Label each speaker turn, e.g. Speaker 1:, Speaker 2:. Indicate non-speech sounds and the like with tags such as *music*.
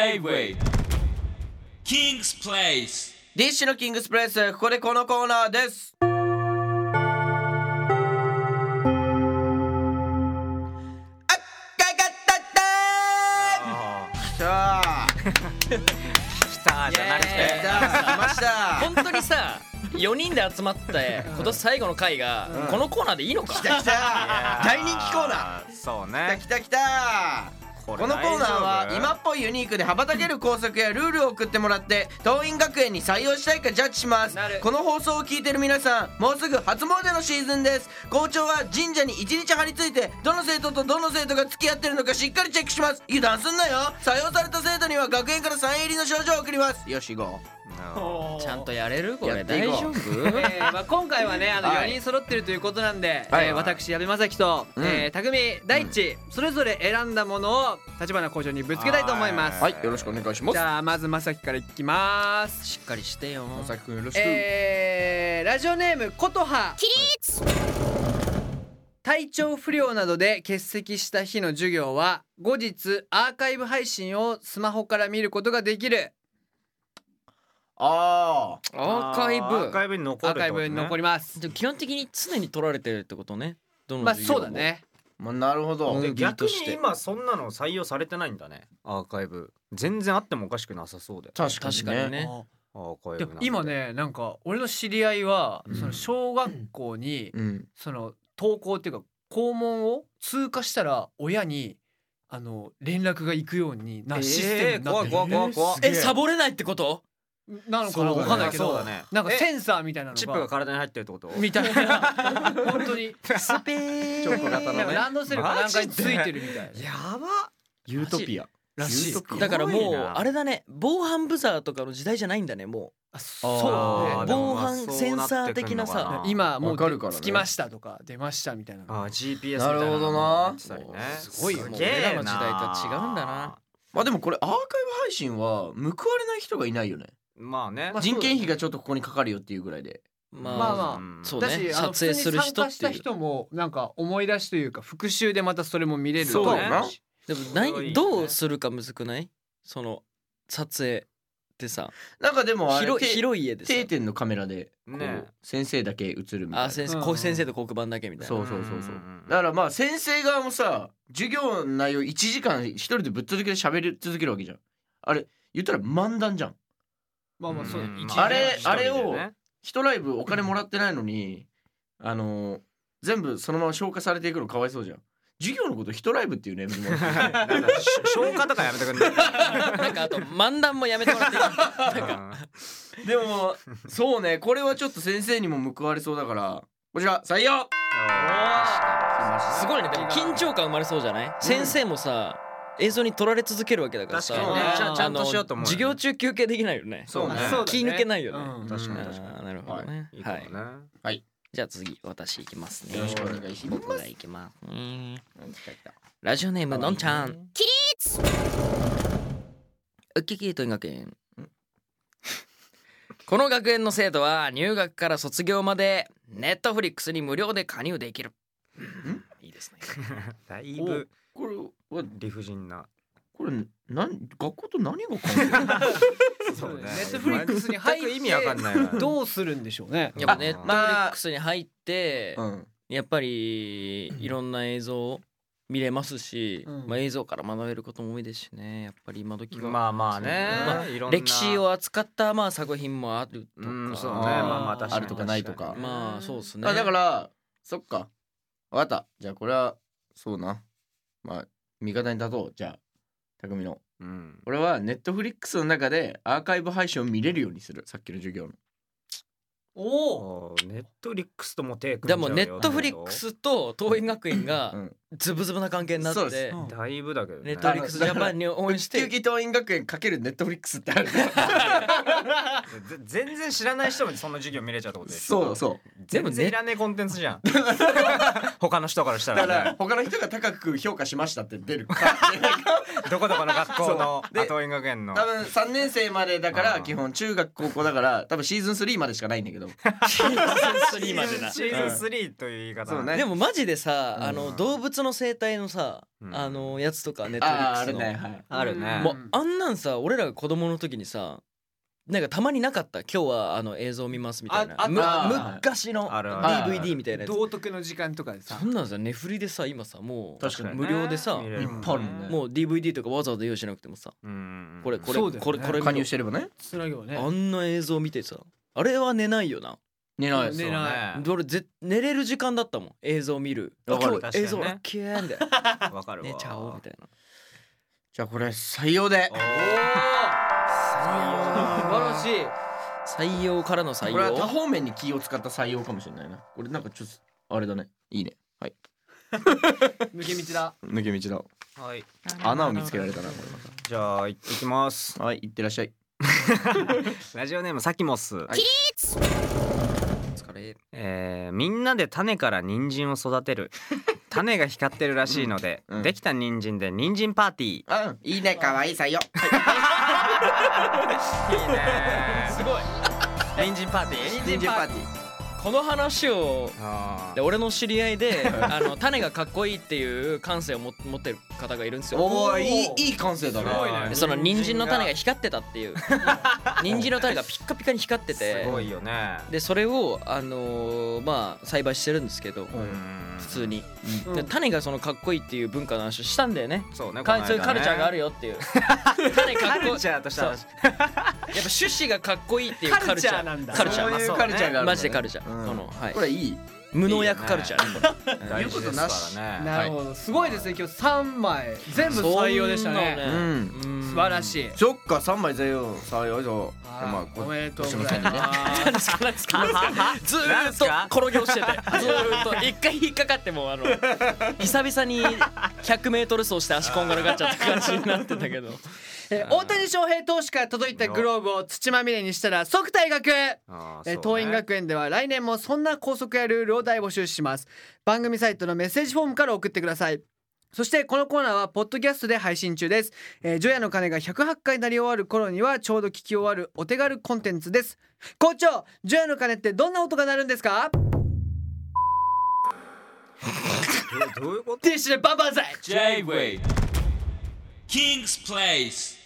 Speaker 1: J-Way King's Place
Speaker 2: ディッシュのキングスプレイスここでこのコーナーですあっかかったってさあ
Speaker 3: 来た
Speaker 2: イ
Speaker 3: じゃなく
Speaker 2: エーイ
Speaker 3: て
Speaker 2: さあ来ました
Speaker 3: 本当にさ4人で集まって今年最後の回がこのコーナーでいいのか
Speaker 2: 来た来た大人気コーナー
Speaker 4: ーそう
Speaker 2: 来た
Speaker 4: ね
Speaker 2: 来た来た
Speaker 4: これ
Speaker 2: このコーナーは
Speaker 4: 大丈夫
Speaker 2: 今っぽいユニークで羽ばたける工作やルールを送ってもらって桐蔭学園に採用したいかジャッジします
Speaker 3: なる
Speaker 2: この放送を聞いてる皆さんもうすぐ初詣のシーズンです校長は神社に一日張り付いてどの生徒とどの生徒が付き合ってるのかしっかりチェックします油断すんなよ採用された生徒には学園からサイン入りの賞状を送りますよし行こ
Speaker 3: ちゃんとやれるこ
Speaker 2: や
Speaker 3: れ
Speaker 2: ってい
Speaker 3: 大
Speaker 2: こう
Speaker 3: 丈夫
Speaker 5: えーまあ、今回はねあの
Speaker 2: はい
Speaker 5: 4人揃ってるということなんで、
Speaker 2: はい
Speaker 5: えー私矢部正樹と、
Speaker 2: うん
Speaker 5: えー匠大地、それぞれ選んだものを立花校長にぶつけたいと思います、
Speaker 4: はい
Speaker 2: よろしくお願いしま
Speaker 5: じゃあまず正樹からいきます
Speaker 3: しっかりしてよ
Speaker 2: さきくんよろし
Speaker 5: えーラジオネーム琴葉体調不良などで欠席した日の授業は後日アーカイブ配信をスマホから見ることができる
Speaker 2: あー
Speaker 3: アーカイブ
Speaker 4: アーカイブに残
Speaker 5: ア
Speaker 4: る
Speaker 5: ーカイブに残ります、
Speaker 3: でも基本的に常に取られてるってことねどの
Speaker 5: まあ
Speaker 3: 授
Speaker 5: そう
Speaker 3: 業
Speaker 5: だ
Speaker 3: も
Speaker 5: ね
Speaker 2: まあなるほど
Speaker 3: う
Speaker 4: で
Speaker 3: ん
Speaker 4: 逆
Speaker 3: 理として
Speaker 4: に今そんなの採用されてないんだねアーカイブ全然あってもおかしくなさそうで
Speaker 2: 確
Speaker 3: 確かにね
Speaker 4: アーカイ
Speaker 5: で
Speaker 4: ブなんて
Speaker 5: 今ねなんか俺の知り合いは、
Speaker 2: うん
Speaker 5: その小学校に、
Speaker 2: うん
Speaker 5: その登校っていうか校門を通過したら親にあの連絡が行くようになシステムになってる、
Speaker 4: 怖い怖い怖い怖い
Speaker 3: えサボれないってこと
Speaker 5: なのかな
Speaker 4: そうだね
Speaker 5: わかんないけ
Speaker 4: そう
Speaker 5: ど、
Speaker 4: だね
Speaker 5: なんか
Speaker 4: え
Speaker 5: センサーみたいなのが
Speaker 4: チップが体に入ってるってこと
Speaker 5: みたいな
Speaker 3: *laughs*
Speaker 5: 本当に
Speaker 4: スペー
Speaker 5: チョコ型のねランドセルかなんかについてるみたい
Speaker 4: やばユートピア
Speaker 5: らしい
Speaker 4: すごいな
Speaker 3: だからもうあれだね防犯ブザーとかの時代じゃないんだねも
Speaker 5: あ
Speaker 4: そう
Speaker 5: そう
Speaker 4: だね
Speaker 5: ね
Speaker 3: 防犯センサー的なさ
Speaker 4: あー
Speaker 5: 今もう
Speaker 2: わかるからね
Speaker 5: 着きましたとか出ましたみたいな
Speaker 4: あ
Speaker 5: の
Speaker 4: ー GPS みた
Speaker 2: ないる
Speaker 4: な
Speaker 2: ほど
Speaker 4: の
Speaker 2: な
Speaker 4: もつたりね
Speaker 3: おすごいよ
Speaker 4: げえ
Speaker 3: もう俺らの時代とは違うんだな
Speaker 2: まあでもこれアーカイブ配信は報われない人がいないよね
Speaker 4: まあね
Speaker 5: まあ
Speaker 2: 人件費がちょっとここにかかるよっていうぐらいで
Speaker 3: う
Speaker 5: ま
Speaker 3: ま
Speaker 5: あ
Speaker 3: あ
Speaker 5: まあ
Speaker 4: うん
Speaker 3: そう
Speaker 5: だし
Speaker 3: ね
Speaker 5: あの
Speaker 3: 撮影す
Speaker 5: 普通
Speaker 3: る人
Speaker 5: に参加
Speaker 3: っ
Speaker 5: してた
Speaker 3: いう
Speaker 5: 人もなんか思い出しというか復習でまたそれも見れる
Speaker 4: そう
Speaker 2: だな
Speaker 3: でも
Speaker 4: すごい
Speaker 3: 何
Speaker 4: ね
Speaker 3: どうするかむずくないその撮影ってさ
Speaker 2: なんかでもあれ
Speaker 3: 広い
Speaker 2: て
Speaker 3: 広い家でさ
Speaker 2: 定点のカメラでこう
Speaker 4: ね
Speaker 2: 先生だけ映るみたい
Speaker 3: あ
Speaker 2: な
Speaker 3: 先
Speaker 5: う
Speaker 3: 生
Speaker 5: ん
Speaker 3: こう先生と黒板だけみたい
Speaker 2: そ
Speaker 3: な
Speaker 2: うそうそうそう
Speaker 4: うん
Speaker 2: だからまあ先生側もさ授業の内容1時間一人でぶっ続けで喋り続けるわけじゃんあれ言ったら漫談じゃん
Speaker 5: まあまあそうだね
Speaker 4: ん
Speaker 5: 一
Speaker 2: あれ
Speaker 4: 一人でね
Speaker 2: あれを一ライブお金もらってないのにあのー全部そのまま消化されていくのかわいそうじゃん授業のこと一ライブっていうね
Speaker 4: なんかし消化とかやめてくんない
Speaker 3: なんかあと漫談もやめてもらっていい
Speaker 2: *laughs* でもそうねこれはちょっと先生にも報われそうだからこちら採用
Speaker 3: すごいねでも緊張感生まれそうじゃない、先生もさ映像に撮られ続けるわけだからさ
Speaker 4: 確
Speaker 5: かにねちゃん
Speaker 3: あ
Speaker 4: ちゃん
Speaker 3: の
Speaker 4: としようと思うよね
Speaker 3: 授業中休憩できないよね
Speaker 2: そうね
Speaker 5: あそうだね
Speaker 3: 気抜けないよね
Speaker 5: うん
Speaker 2: 確かに
Speaker 3: あ
Speaker 2: 確か
Speaker 3: ーなるほどね
Speaker 4: いい
Speaker 3: は
Speaker 4: か
Speaker 3: い、
Speaker 4: もね
Speaker 3: じゃあ次私いきますね
Speaker 2: よろしくお願いします
Speaker 3: 僕がいきますうん
Speaker 2: に
Speaker 3: ラジオネームのんちゃん起立ウッキキートン学園この学園の生徒は入学から卒業までネットフリックスに無料で加入できるいいですね
Speaker 4: だいぶ
Speaker 2: これは
Speaker 4: 理不尽な
Speaker 2: これ何学校と何が関係ある
Speaker 5: そうね
Speaker 4: ネ
Speaker 5: ネットフリックスに入って
Speaker 4: 意味わかんないわ
Speaker 5: どうするんでしょうね
Speaker 3: やっぱネ
Speaker 4: あ
Speaker 3: ットフリ
Speaker 2: まあ
Speaker 3: ックスに入って、
Speaker 2: うん
Speaker 3: やっぱりいろんな映像を見れますし、
Speaker 5: うん
Speaker 3: まあ、映像から学べることも多いですしねやっぱり今時は、
Speaker 4: まあまあね
Speaker 3: まあ
Speaker 4: いろんな
Speaker 3: 歴史を扱ったまあ作品もあるとか、
Speaker 4: うんそうね
Speaker 5: あー
Speaker 4: まあまあ確かに
Speaker 2: あるとかないとか
Speaker 3: まあそうですね
Speaker 2: あだからそっかわかったじゃあこれはそうなまあ味方に立とうじゃあ匠の
Speaker 4: うん
Speaker 2: 俺はネットフリックスの中でアーカイブ配信を見れるようにするさっきの授業の
Speaker 5: おお
Speaker 4: おーネットフリックスとも手組んじ
Speaker 3: で
Speaker 4: ゃうよ
Speaker 3: もネットフリックスと桐蔭学院
Speaker 2: う
Speaker 3: が
Speaker 2: ん
Speaker 3: ズブズブな関係になっ
Speaker 2: そう
Speaker 3: て
Speaker 2: で
Speaker 4: だいぶだけどね
Speaker 3: ネットフリックスジャパンに応援し
Speaker 2: ウッキウ
Speaker 3: て
Speaker 2: キ桐蔭学園かけるネットフリックスってある *laughs*
Speaker 4: ぜ全然知らない人もそんな授業見れちゃうってことでしょ
Speaker 2: そうそう
Speaker 3: 全部
Speaker 4: 全然い
Speaker 3: ね
Speaker 4: らねえコンテンツ
Speaker 2: *laughs*
Speaker 4: じゃん他の人からした
Speaker 2: だから
Speaker 4: ね
Speaker 2: ら他の人が高く評価しましたって出る
Speaker 4: どこどこの学校の
Speaker 2: *laughs* そうで
Speaker 4: 後音楽園の
Speaker 2: 多分3年生までだか
Speaker 4: あ
Speaker 2: ら
Speaker 4: ー
Speaker 2: 基本中学高校だから多分シーズン3までしかないんだけど
Speaker 3: シーズン3までな
Speaker 4: シーズン3という言い方
Speaker 2: そうね
Speaker 3: *laughs* でもマジでさ、
Speaker 2: うん
Speaker 3: あの動物物の生態のさ、
Speaker 4: うん
Speaker 3: あのやつとかネットフリッ
Speaker 2: ああ
Speaker 3: クス
Speaker 2: ある
Speaker 3: の
Speaker 2: ねはい
Speaker 4: あるね
Speaker 3: も
Speaker 5: う
Speaker 3: うんあんなんさ俺らが子供の時にさなんかたまになかった今日はあの映像見ますみたいな
Speaker 5: ああ
Speaker 3: む
Speaker 2: あ
Speaker 3: 昔の
Speaker 4: ある
Speaker 2: ある
Speaker 3: DVD みたいなやつ
Speaker 5: 道徳の時間とかでさ
Speaker 3: そんなんさネフリでさ今さもう
Speaker 2: 確かに
Speaker 3: 無料でさ
Speaker 4: 見れる
Speaker 2: いっぱいあるもんね
Speaker 3: もう DVD とかわざわざ用意しなくてもさ
Speaker 4: うん
Speaker 3: これこれ
Speaker 5: そうだよね
Speaker 3: これこれ
Speaker 2: 加入してればね
Speaker 5: つなげばね
Speaker 3: あんな映像見てさあれは寝ないよな
Speaker 2: 寝ないです
Speaker 5: 寝
Speaker 2: よ
Speaker 5: ない
Speaker 3: 俺ぜ寝れる時間だったもん映像見るあ
Speaker 4: わかる
Speaker 3: 今
Speaker 4: 確
Speaker 3: 日
Speaker 4: かに
Speaker 3: 映
Speaker 4: ね
Speaker 3: 像ラッキー *laughs* みたいな
Speaker 4: わかるわ
Speaker 3: 寝ちゃおうみたいな
Speaker 2: じゃあこれ採用で
Speaker 4: お
Speaker 2: こ
Speaker 4: ー
Speaker 5: 素晴らしい
Speaker 3: 採用からの採
Speaker 2: れは多
Speaker 3: 用
Speaker 2: 方面に気を使った採用かもしれないなこれなんかちょっとあれだねいいねはい
Speaker 5: 抜け道だ
Speaker 2: 抜け道
Speaker 4: はい
Speaker 2: だ穴を見つけられたなこれま
Speaker 4: じゃあいいきます
Speaker 2: たはいいってらっしゃい
Speaker 4: ラジオネームサキモス
Speaker 2: い
Speaker 3: 疲れ
Speaker 4: えーみんなで種から人参を育て
Speaker 3: *laughs*
Speaker 4: る種が光ってるらしいので、
Speaker 2: うんうん
Speaker 4: できた人参で人参パーティー
Speaker 2: うんいいねかわいい採用
Speaker 4: すごい *laughs* 人参パーティ
Speaker 2: 人参パーティー
Speaker 3: この話を
Speaker 4: あ
Speaker 3: で俺の知り合い *laughs* であの種がかっこいいっていう感性をも持ってる方がいるんですよ
Speaker 2: おおいいいい感性だね
Speaker 4: すごいね
Speaker 3: でその人参の種が光ってたって *laughs* いう人参の種がピッカピカに光って
Speaker 4: ー
Speaker 3: て
Speaker 4: すごいよね
Speaker 3: でそれをあのーまあ栽培してるんですけど
Speaker 2: う
Speaker 4: うんん
Speaker 3: 普通に
Speaker 5: うん
Speaker 3: で種がそのかっこいいっていう文化の話をしたんだよね
Speaker 4: そうね
Speaker 3: かそういうカルチャーがある
Speaker 4: よ
Speaker 3: よっていう種かっこいい
Speaker 4: カ
Speaker 3: や
Speaker 4: ル
Speaker 3: っ
Speaker 4: チ
Speaker 3: ぱ
Speaker 4: ャーとしたら
Speaker 3: 趣旨がかっこいいっていうカルチャー
Speaker 5: ん
Speaker 3: カルチャー
Speaker 4: そういう
Speaker 2: カルチャーがあるんだね
Speaker 3: マジでカルチャー
Speaker 2: うん
Speaker 3: このはい
Speaker 2: これいい
Speaker 3: 無農薬カルチャーねこれ
Speaker 4: 大事ですからね
Speaker 5: なるほどすごいですね今日三枚全部採用でした
Speaker 3: そ
Speaker 5: ね
Speaker 3: んなのねうん
Speaker 5: 素晴らしい
Speaker 2: そっか三枚全用採用ぞまあ
Speaker 5: お
Speaker 2: こ
Speaker 5: めでとうご
Speaker 2: 星
Speaker 5: ざい
Speaker 2: 野さんにね
Speaker 5: ます
Speaker 3: なんですかなんですかなんですかず
Speaker 4: なんです
Speaker 3: ー
Speaker 4: か
Speaker 3: っと転げ落ちててずーっと一回引っかかってもうあの久々に *laughs* 100m 走して足こんがらがっちゃった感じになってたけど
Speaker 5: え *laughs* ー大谷翔平投手から届いたグローブを土まみれにしたら即退学
Speaker 4: あーそう
Speaker 5: え
Speaker 4: ね
Speaker 5: ー桐蔭学園では来年もそんな校則やルールを大募集します番組サイトのメッセージフォームから送ってくださいそしてこのコーナーはポッドキャストで配信中です、えー、除夜の鐘が108回になり終わる頃にはちょうど聞き終わるお手軽コンテンツです校長除夜の鐘ってどんな音が鳴るんですか
Speaker 4: えどういうこと
Speaker 5: ティッシュでバンバンザイ
Speaker 6: J-Wave King's Place